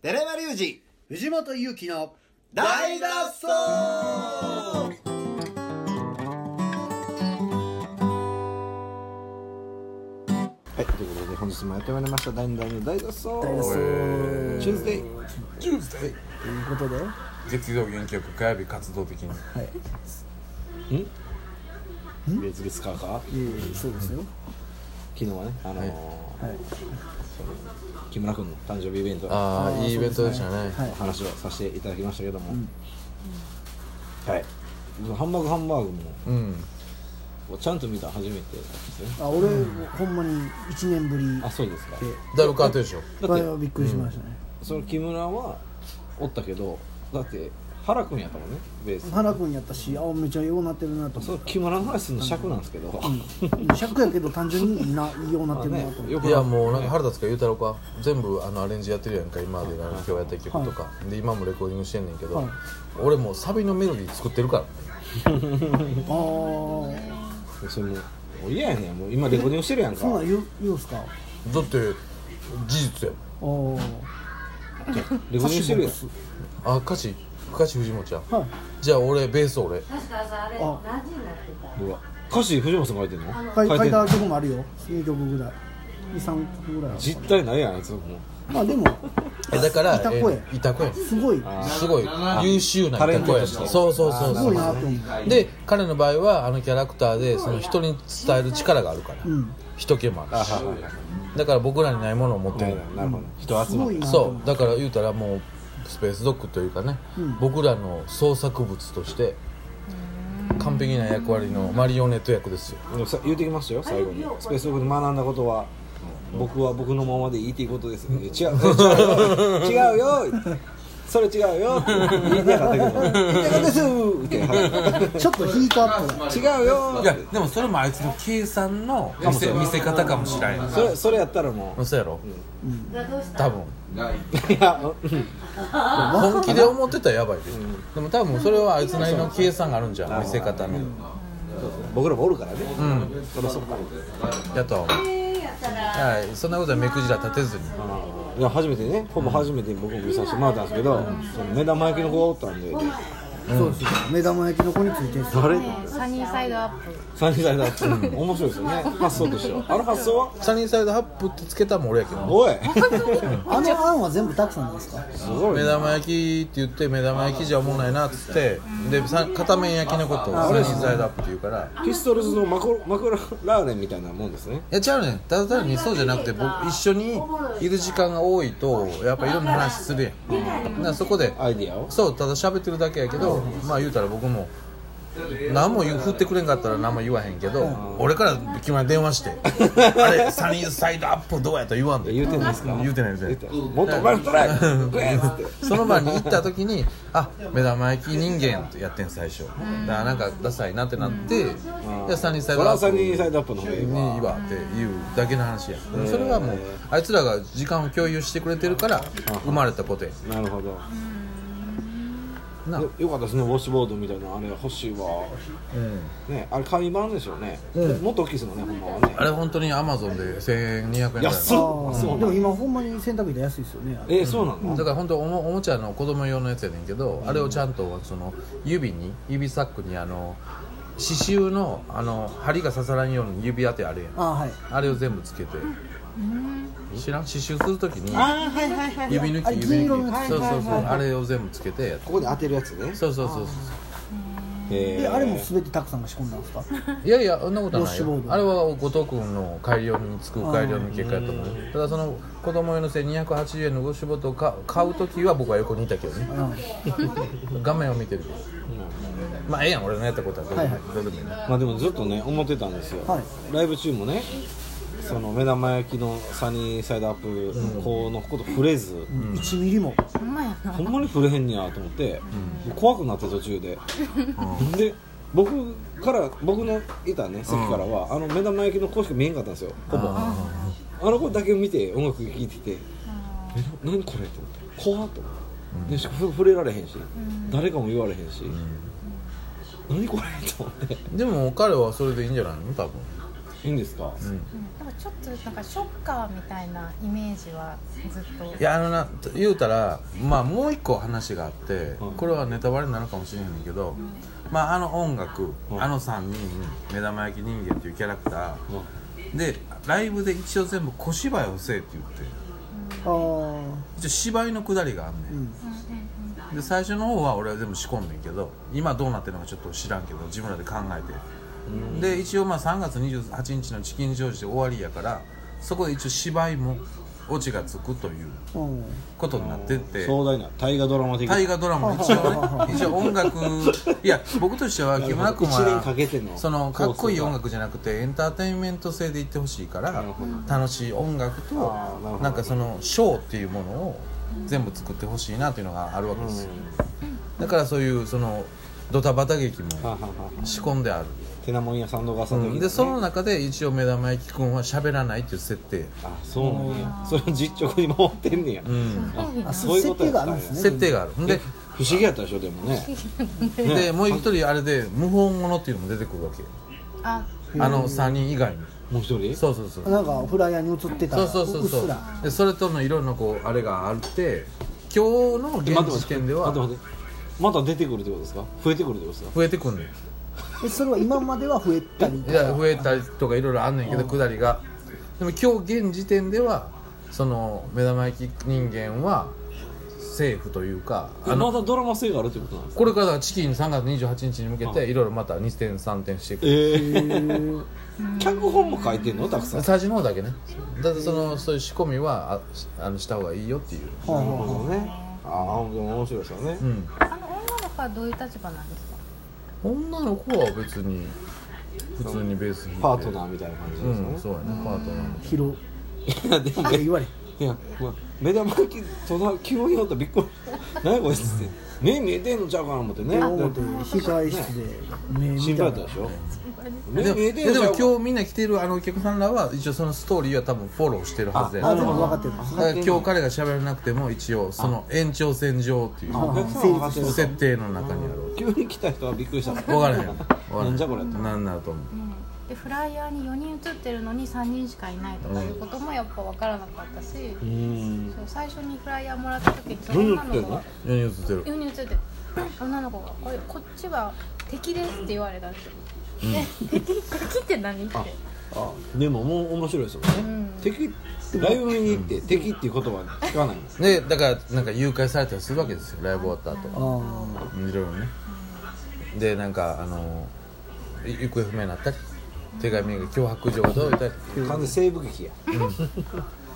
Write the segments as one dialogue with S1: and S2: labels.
S1: 寺山隆二
S2: 藤本勇樹の
S1: 大脱走はい、ということで本日もやってまいりました第2第の大脱走大脱走チューズデイ
S3: チューズデイ
S1: ということで
S3: 月曜元気よく火曜日活動的に
S1: 別々かか
S4: いえいえそうですよ
S1: 昨日はね、あのー木村君の誕生日イベントの
S3: ああいいイベントでしたね
S4: はい
S1: 話をさせていただきましたけども、はいハンバーグハンバーグ
S3: うん
S1: もちゃんと見たの初めてなんですよね
S4: あ俺ほんまに1年ぶり
S1: あそうですか
S3: だいぶ変わってるでしょ
S1: だっ
S4: こ
S1: て
S4: れはびっくりしましたね
S1: その木村はおったけどだって原君やったもんねベース
S4: 原君やったしあめちゃようなってるなと
S1: そ
S4: 思っ
S1: の木村の話するの尺なんですけど、
S4: て尺やけど単純にいいないようなってる なと思って
S1: よく
S3: いやもうなんか腹立つから言うたろか全部あのアレンジやってるやんか今までの今日やった曲とか、で今もレコーディングしてんねんけど、
S4: はい
S3: 俺もうサビのメロディー作ってるからね
S4: ああ
S1: それもう嫌やねんもう今レコーディングしてるやんか
S4: そうなん言う言うんすかあ
S3: だって事実や
S4: あは
S1: レコーディングしてるやん
S3: もんあ歌詞歌詞藤本ちゃん
S4: い
S3: じゃあ俺ベース俺
S5: 確かさあれ
S4: あ
S5: 何時になってた
S1: ほら歌詞藤本さん書いてんの
S4: 書い
S1: 書い
S4: 書
S1: て
S4: い
S1: んの
S4: た曲もあるよ2曲ぐらい23曲ぐらいある
S1: 実態ないやんあいつも
S4: まあでも
S3: えだから
S4: いた子や
S3: えいた子やん
S4: すごいす
S3: すごい優秀な歌声やし
S1: タレントとして
S3: そうそうそうそ
S4: ごいうなと思う
S3: で彼の場合はあのキャラクターでその人に伝える力があるから、
S4: うん
S3: 人気もあるし
S1: はいはいは
S3: だから僕らにないものを持って
S1: なる
S3: る
S1: ほどなるほど人集
S4: す
S1: まっ
S4: ご
S1: て
S4: いなと
S3: そ
S4: 思
S3: うだから言うたらもうスペースドッグというかね、僕らの創作物として完璧な役割のマリオネット役ですよ
S1: でもさ言うてきましたよ最後にスペースオフで学んだことは僕は僕のままでいいっていうことです、いや違う違うよ違うよそれ違うよ言いたかったけど言いたかったですっては
S4: うちょっとヒートアップが
S1: い違うよ
S3: でもそれもあいつの計算の見せ方かもしれない
S1: それそれやったらもう
S3: そうやろ
S5: じゃあどうした
S3: 多分
S1: いやうん
S3: 本気で思ってたらやばいで、でも多分それはあいつなりの計算があるんじゃん見せ方の
S1: 僕らもおるからね
S3: うん
S1: そりゃそうか
S3: やとは思う
S5: えーやったら
S3: はいそんなことは目くじら立てずに
S1: いや初めてねほぼ初めて僕も見させてもらったんですけど、その目玉焼きの子がおったんで
S4: そうですよ目玉焼きの子についてです
S1: 誰
S6: サニーサイドアップ
S1: 三人歳だって、面白いですよね発想としてはあの発想は
S3: サニーサイドハップってつけたも俺やけど
S1: おい
S4: あの案は全部たくさんですか
S1: すごい
S3: 目
S1: ね
S3: 玉焼きって言って目玉焼きじゃ思わないなっつってでさ片面焼きのことをサニーサイドアップって言うから
S1: ピストルズのマコマクラーレンみたいなもんですね
S3: いや違うねんただ単にそうじゃなくて僕一緒にいる時間が多いとやっぱいろんな話するやんだからそこで
S1: アイディアを
S3: そうただ喋ってるだけやけどまあ言うたら僕も何も言う振ってくれんかったら何も言わへんけど俺から決まり電話して「あれサニーサイドアップどうや?」と言わんで
S1: 言うてないですか
S3: 言うてないですね
S1: もっとお前のトライグエーっつって
S3: その場に行った時に「あ目玉焼き人間」ってやってん最初だからなんかダサいなってなって「でサニーサ
S1: そ
S3: イド
S1: ら
S3: アッ
S1: サ
S3: プ」
S1: ニー
S3: に
S1: サイドアップの方がいいわ
S3: いいわって言うだけの話やそれはもうあいつらが時間を共有してくれてるから生まれたことや
S1: なるほど
S3: な
S1: よよかったですねウォッシュボードみたいなあれ欲しいわねあれ紙版でしょうねもっと大きいですもんねほんまはね
S3: あれ本当にアマゾンで1200円ぐらいなの
S1: 安っ
S4: あ
S1: そう
S4: ーでも今ほんまに洗濯機で安いですよねあれ
S1: えーそうなんだ
S3: だから本当おもおもちゃの子供用のやつやねんけど、あれをちゃんとその指に指サックにあの刺繍のあの針が刺さらんように指当てあるやん
S4: あーはい
S3: あれを全部つけて知らん刺繍するときに指抜
S4: あ
S3: き指
S4: れ銀色の
S3: 抜
S4: や
S3: き
S4: つ
S3: そうそうそうあれを全部つけてやって
S1: ここで当てるやつね
S3: そうそうそうそ
S1: え
S4: であれも全てたくさんが仕込んだん ですか
S3: ういやいやそんなことはない
S4: ウォッシュボ
S3: よ
S4: ード
S3: あれは後藤君の改良につく改良の結果やと思うただその子供用の1280円のゴシュボードをか買うときは僕は横にいたけどね画面を見てるけどまあええやん俺のやったことはどうでもいいどうでもいいな
S1: まあでもずっとね思ってたんですよ、
S4: はい
S1: ライブ中もねその目玉焼きのサニーサイドアップの子のこと触れず、
S4: 1ミリも
S6: ほんまやな
S1: ほんまに触れへんねやと思って、怖くなって途中で、で僕から僕のいたね席からは、あの目玉焼きの子しか見えんかったんですよほぼあの子だけ見て音楽聴いてて「えな何これ?」と思って怖っと思って、でしかも触れられへんし、誰かも言われへんし、何これと思って
S3: でも彼はそれでいいんじゃないの多分
S1: いいんですか
S3: うん
S2: なんかちょっとなんかショッカーみたいなイメージはずっと
S3: いやあのな言うたらまあもう一個話があって
S1: うん
S3: これはネタバレになるかもしれへんねんけど、まあ、あの音楽、
S1: うん
S3: あの3人目玉焼き人間っていうキャラクタ
S1: うん
S3: ーでライブで一応全部小芝居をせえって言って
S4: あー
S3: 一応芝居のくだりがあんね、
S4: うんん
S3: で最初の方は俺は全部仕込んでんけど今どうなってるのかちょっと知らんけど自分らで考えて、で一応まあ3月28日のチキンジョージで終わりやからそこで一応芝居もオチがつくという
S4: うん
S3: ことになってって
S1: 壮大な大河ドラマ的な
S3: 大河ドラマ一応ね一応音楽いや僕としては木村君
S1: 一年かけて
S3: は
S1: の
S3: そのかっこいい音楽じゃなくてエンターテインメント性でいってほしいから
S1: なるほど
S3: 楽しい音楽と
S1: あーなるほど
S3: なんかそのショーっていうものを全部作ってほしいなというのがあるわけですよだからそういうそのドタバタ劇も
S1: ははは
S3: 仕込んである、
S1: てなもんや参道がさ
S3: うん
S1: 的なね
S3: でその中で一応目玉焼き君は喋らないっていう設定、
S1: あそうなんやそれを実直に回ってんねや
S3: うん、
S4: あ
S1: そういうこと
S4: 設定があるんですね
S3: 設定があるで
S1: 不思議やったでしょでもね
S3: でもう一人あれで無本物っていうのも出てくるわけ
S2: あ
S3: あの3人以外に
S1: もう一人
S3: そうそうそう
S4: なんかフライヤーに映ってた
S3: そうそうそう
S4: っ
S3: そ
S4: す
S3: う
S4: ら
S3: でそれとのいろんなこうあれがあって今日の現時点では
S1: 待って待ってまた出てくるってことですか増えてくるってことですか
S3: 増えてくんねん
S4: えそれは今までは増えたり
S3: いや増えたりとかいろいろあんねんけど下りがでも今日現時点ではその目玉焼き人間はセーフというかあ
S1: えま
S3: の
S1: だドラマ性があるってことなんですか
S3: これからだからチキン3月28日に向けていろいろまた2点3点していく
S1: えー、脚本も書いてんのたくさん
S3: 最初の方だけねだってそのそういう仕込みはああのした方がいいよっていう
S4: はあ
S1: なる
S4: は
S1: ほどねああでも面白いですよね
S3: うん
S2: あの女の子はどういう立場なんですか
S3: 女の子は別に普通にベース弾いて
S1: パートナーみたいな感じですよ
S3: うん
S1: ね
S3: そうやねパートナーみ
S4: あ広
S1: いやでも
S4: い言われ
S1: いや、まあ、目玉焼き隣急におったらびっくり何やこいつって目見えてんのちゃうかな思ってね
S4: 思うて控え室で目
S1: 心
S4: 見た
S1: 配だ
S4: ら
S1: ったでしょ
S3: たい
S1: 目
S3: な
S1: 見え
S3: で
S1: て
S3: も
S1: んのち
S3: で
S1: ゃ
S3: も
S1: うか
S3: 今日みんな来てるあのお客さんらは一応そのストーリーは多分フォローしてるはずや
S4: あ
S3: ね
S4: でも分かってる
S3: だから今日彼が喋らなくても一応その延長線上ってい
S1: お客さんは分かって
S3: う
S1: る
S3: 設定の中にある
S1: 急に来た人はびっくりした分
S3: 分からへん分からへ
S1: なんじゃこれって
S3: なんなると思う
S2: でフライヤーに4人写ってるのに3人しかいないとかいうこともやっぱ分からなかったし、
S1: うん
S2: そう最初にフライヤーもらった時にその
S1: 何
S2: 女
S1: 言ってん
S2: の子
S1: の
S2: が
S3: 世に映ってる
S2: 4人写ってる女の子がこれ「こっちは敵です」って言われたんですよ、え敵敵って何って
S1: あでももう面白いですよね、
S2: うん
S1: 敵ってライブ見に行って敵っていう言葉は聞かないんです
S3: でだからなんか誘拐されたりするわけですよライブ終わった後は
S4: あ
S3: いろいろねでなんかあのい行方不明になったり手紙が脅迫状が届いたり
S1: 完全西部劇や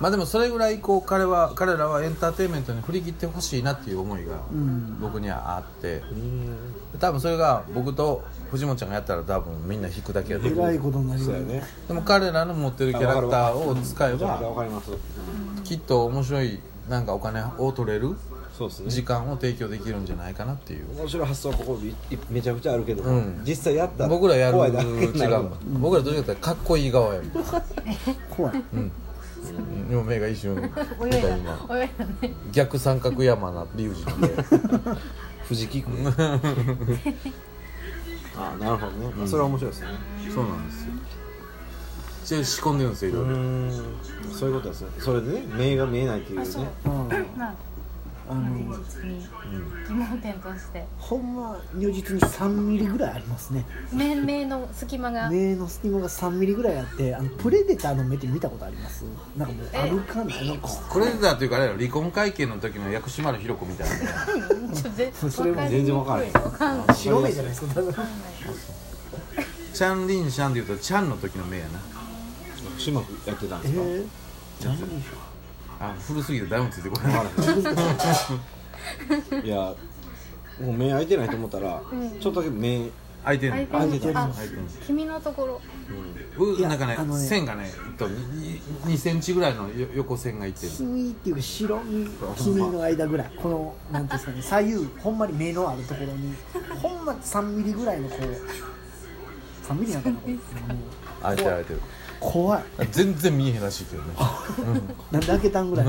S3: まあでもそれぐらいこう彼は彼らはエンターテインメントに振り切ってほしいなっていう思いが
S4: ん
S3: 僕にはあって
S1: うん
S3: 多分それが僕と藤本ちゃんがやったら多分みんな引くだけやと
S4: あ
S3: 思う
S4: 偉いことになり
S1: そうや
S4: る
S1: ね
S3: でも彼らの持ってるキャラクターを使え
S1: めちゃくちゃ
S3: ば
S1: わかります
S3: きっと面白いなんかお金を取れる
S1: そうですね
S3: 時間を提供できるんじゃないかなっていう
S1: 面白い発想はここいめちゃくちゃあるけど、
S3: うん
S1: 実際やったら
S3: 僕らやる
S1: 怖
S3: 違
S1: いだけになる
S3: う僕らどっちかっていうとかっこいい側やもん
S4: 怖い
S3: うん今目が一瞬
S2: 泳いだ
S3: 今
S2: 泳いだね
S3: 逆三角山名隆二なんで
S1: 藤木 君あなるほどね、それは面白いですね
S3: そうなんですよ一応仕込んでるんですよいろいろ
S1: んそういうことですねそれでね目が見えないっていう
S2: あ
S1: ね
S2: そう
S4: うん
S2: まあ
S4: あ
S2: 今
S4: の
S2: 現実に疑問点として
S4: ほんま如実に3ミリぐらいありますね
S2: 命名の隙間が
S4: 目の隙間が3ミリぐらいあってあのプレデターの目って見たことありますなんかもうあるかないなんか
S3: これだというかあれやろ離婚会見の時の薬師丸ひろ子みたいな
S2: ちょっと全
S4: それも
S1: 全然わからへん
S4: 白目じゃないですかだから
S3: チャン・リンシャンでいうとチャンの時の目やな
S1: 島君やってたん
S4: え
S1: ですか、
S4: ー、
S3: あ古すぎて誰もついてこない
S1: いやもう目開いてないと思ったら、ちょっとだけ目
S3: 開いてん
S2: 開
S3: の
S2: いて
S1: 開いてる
S2: るあ
S3: 開いてる
S2: 君のところ
S3: う
S4: いや
S3: なんかね
S4: あのね
S3: 線がねえっと2センチぐらいのよ横線がいってる
S4: 黄身っていうか白身黄身の間ぐらいこのなんていうんですかね左右ほんまに目のあるところにほんま3ミリぐらいのこう3ミリなんかなこれもう
S3: 開いてる開いてる
S4: 怖い
S3: 全然見えへんらしいけどね
S4: なんで開けたんぐらい、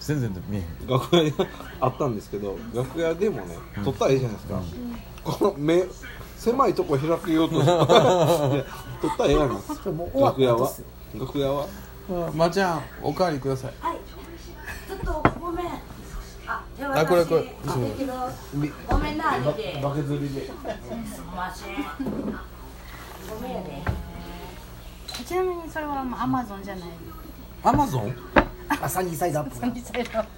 S3: 全然見えへん
S1: 楽屋にあったんですけど楽屋でもね撮ったらええじゃないですか、この目狭いとこ開けよう として撮ったらええやん
S4: それもう終わっ
S1: 楽
S4: た
S1: 屋
S4: で
S1: は
S4: すよ
S1: 楽屋は
S3: あまーちゃんおかわりください
S5: はいちょっとごめんあじゃあ
S3: あこれ
S5: 私
S3: これ
S5: 開けてどごめんな兄貴バケツりですんませんごめんやね
S2: ちなみにそれはアマゾンじゃない
S3: アマゾン
S4: あサニーサイドアップ
S2: サニーサイドアップ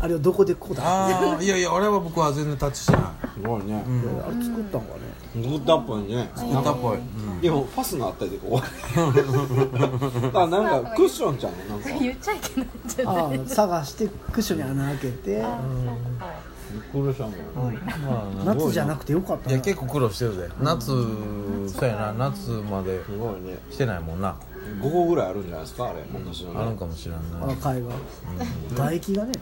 S4: あれをどこでこうだ
S3: ああいやいやあれは僕は全然タッチしてない
S1: すごいね
S4: あれ作ったんかね
S1: 作ったっぽいね
S3: 作ったっぽい、うん
S1: でもファスナーあったりでこ うあなんかクッションちゃんのなんかびっ
S2: 言っちゃいけないんじゃない
S4: ああ探してクッションに穴開けて
S1: くりしたもん
S4: 夏じゃなくてよかった
S3: い
S4: な
S3: や結構苦労してるで夏、そうやな夏まです
S1: ごいね
S3: してないもんな
S1: 5個ぐらいあるんじゃないですかあれ昔の
S3: あるん
S1: ね
S3: かもしれん
S4: あ
S3: な
S4: の
S3: い
S4: 会話唾液がね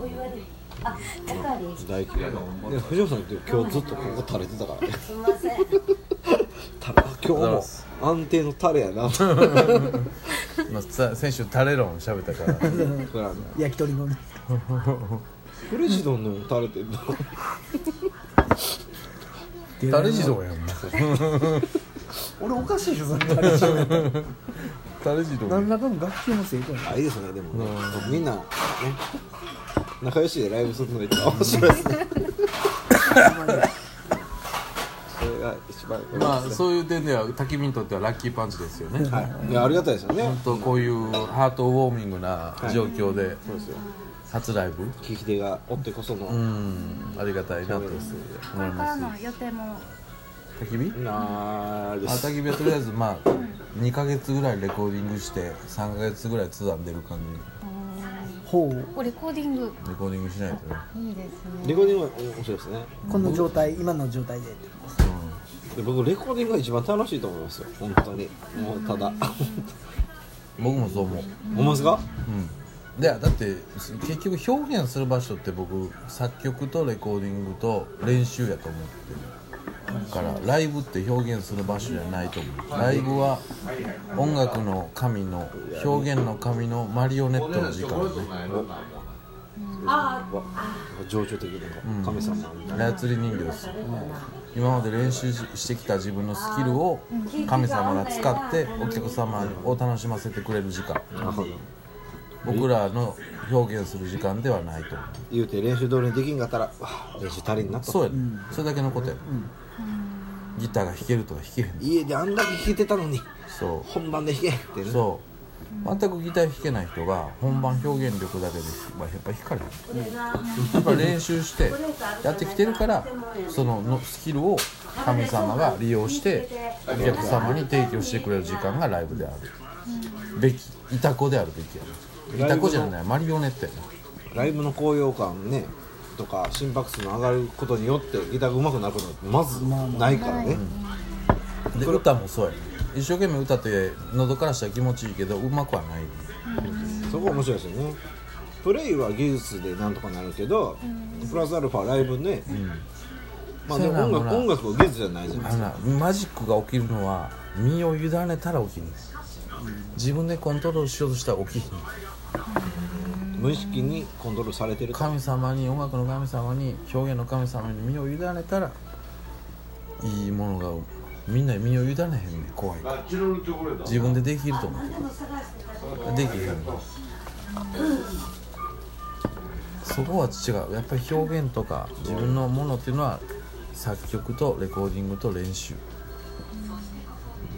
S5: お湯割りあおかわり
S1: 大嫌いだで藤本さん言って今日ずっとここ垂れてた からね
S5: すんませ ん
S1: たれあ今日も安定のタレやなそ
S3: まあさ先週タレ論喋ったから
S1: うなんだよ
S4: 焼き鳥のね
S1: フレシドンのタレってどう
S3: タレ自動やんな
S4: 俺おかしいでしょそれタレ自動やったら
S3: タレ自動
S4: 何らかの学級のせいかな
S1: あいいですねでもねみんなね仲良しでライブするのが一番面白いですねそれが一番
S3: まあそういう点では焚き火にとってはラッキーパンチですよね
S1: はいいやありがたいですよね
S3: 本当こういうハートウォーミングな状況で
S1: そうですよ
S3: 初ライブ
S1: 聞き手がおってこその、
S3: うんありがたいなと思い
S1: そうですよ
S2: これから
S3: ま
S2: の予定も
S3: す焚き火
S1: なーで
S3: あ
S1: す
S3: 焚き火はとりあえずまあ2ヶ月ぐらいレコーディングして3ヶ月ぐらいツアーに出る感
S4: ほう
S2: おレコーディング
S3: じレコーディングしないとね
S2: いいですね
S1: レコーディングは面白いですね
S4: この状態今の状態で
S1: で僕レコーディングが一番楽しいと思いますよ本当にもうた だ
S3: 僕もそう思う
S1: 思いますか
S3: うんでだって結局表現する場所って僕作曲とレコーディングと練習やと思ってるからライブって表現する場所じゃないと思うライブは音楽の神の表現の神のマリオネットの時間ね
S5: あ
S1: わ情緒的な神様みたいな、
S3: 操り人形です今まで練習ししてきた自分のスキルを神様が使ってお客様を楽しませてくれる時間
S1: なるほど
S3: 僕らの表現する時間ではないと思う
S1: 言うて練習通りにできんかったらわあ練習足りんなと
S3: そうやね、それだけのことやね、ギターが弾けるとか弾けへん
S1: 家であんだけ弾けてたのに
S3: そ
S1: 本番で弾けへんって
S3: う
S1: ね
S3: そう全くギター弾けない人が本番表現力だけで、まあ、やっぱ弾かれへん
S5: これが
S3: やっぱ練習してやってきてるからそののスキルを神様が利用してお客様に提供してくれる時間がライブであるべきいたこであるべきやねいたこじゃないマリオネットやね
S1: ライブの高揚感ねとか心拍数の上がることによってギターが上手くなることってまずないからね、
S3: で歌もそうやね一生懸命歌って喉からしたら気持ちいいけどうまくはない、
S1: そこ面白いですよねプレイは技術でなんとかなるけど、プラスアルファライブね、まあでも音
S3: そうな
S1: 楽
S3: の
S1: 音楽は技術じゃないじゃない
S3: あ
S1: です
S3: の
S1: か
S3: なマジックが起きるのは身を委ねたら起きるんです自分でコントロールしようとしたら起きひん
S1: 無意識にコントロールされてるから
S3: 神様に音楽の神様に表現の神様に身を委ねたらいいものがみんな身を委ねへんねん怖いから自分でできると思うできへんのそこは違うやっぱり表現とか自分のものっていうのは作曲とレコーディングと練習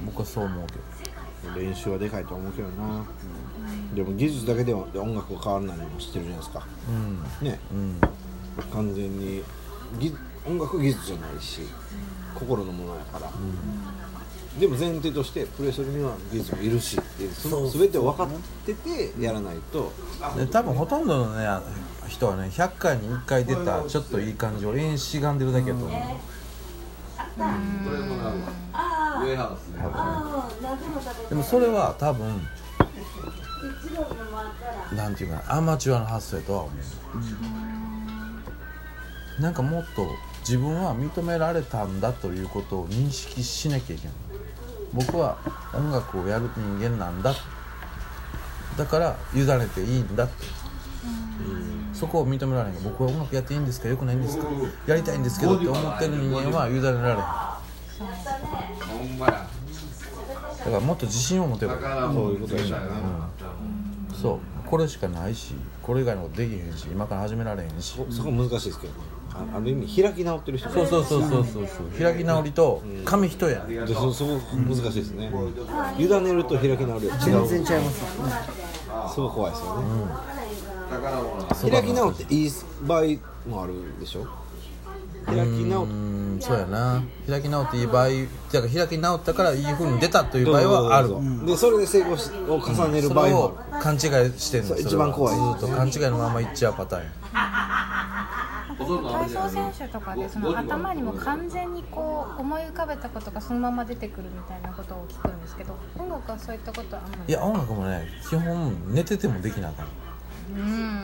S3: 僕はそう思うけど
S1: 練習はでかいと思うけどな、でも技術だけでは音楽は変わらないのも知ってるじゃないですか
S3: うん
S1: ね
S3: うん
S1: 完全にぎ音楽技術じゃないし心のものやから、でも前提としてプレイするには技術もいるしっていうその全てを分かっててやらないと
S3: で多分ほとんどのねあの人はね100回に1回出たちょっといい感じを演しがんでるだけやと思う
S5: ああ何でも食べて
S3: でもそれは多分
S5: 一郎のもあったら
S3: なんていうかなアマチュアの発想やとは思う、なんかもっと自分は認められたんだということを認識しなきゃいけない僕は音楽をやる人間なんだだから委ねていいんだって、そこを認められへん僕は音楽やっていいんですかよくないんですかやりたいんですけどって思ってる人間は委ねられへんだ
S6: ほんまや
S3: からもっと自信を持てばいい
S6: ら
S1: そういうことでしょうね
S3: そうこれしかないしこれ以外のことできへんし今から始められへんし
S1: そそこ難しいですけどねあある意味開き直ってる人
S3: そうそうそうそうそうそう開き直りと紙一重やね
S1: でそそこ難しいですね、委ねると開き直るよ違
S4: 全
S1: う
S4: 然違いますよ
S1: すごい怖いですよね、
S6: 宝物
S3: そう
S1: 開き直っていい場合もあるでしょ開き直っ
S3: う
S1: て
S3: ーんそうやな開き直っていい場合だから開き直ったからいいふうに出たという場合はある
S1: でそれで成功しを重ねる
S3: そ
S1: 場合
S3: れ
S1: も
S3: を勘違いしてんの
S1: そう
S3: それは
S1: 一番怖い
S3: ずっと勘違いのままいっちゃうパターンや
S2: 体操選手とかでその頭にも完全にこう思い浮かべたことがそのまま出てくるみたいなことを聞くんですけど音楽はそういったことはあんま
S3: い
S2: り
S3: や音楽もね基本寝ててもできなあかん
S2: うんうん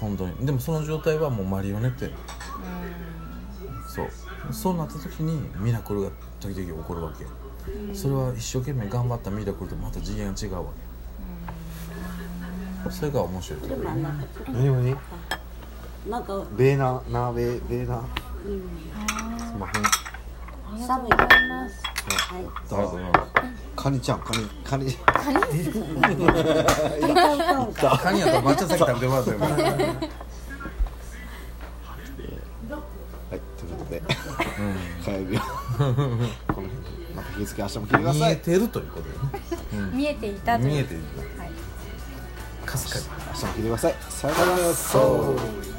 S3: 本当にでもその状態はもうマリオネってそうそうなった時にミラクルが時々起こるわけそれは一生懸命頑張ったミラクルとまた次元が違うわけそれが面白いところ
S1: 何もね
S5: なんか
S1: ベーナなベーベーナすんまへん
S5: 寒いと思います。はい。
S3: だからな
S1: カニちゃんカニカニ
S3: カニやったら抹茶先食べてもらったよ
S1: はい、ということで、火曜 日はこの辺でまた引き続き明日も聞いてくだ
S3: 見
S1: さ
S3: え
S1: い。
S3: てるということよね
S2: 見えていたと
S3: 見
S2: い
S3: え
S2: う
S3: てる
S2: はい
S3: かすかに
S1: 明日も聞いてください。さようなら。そう。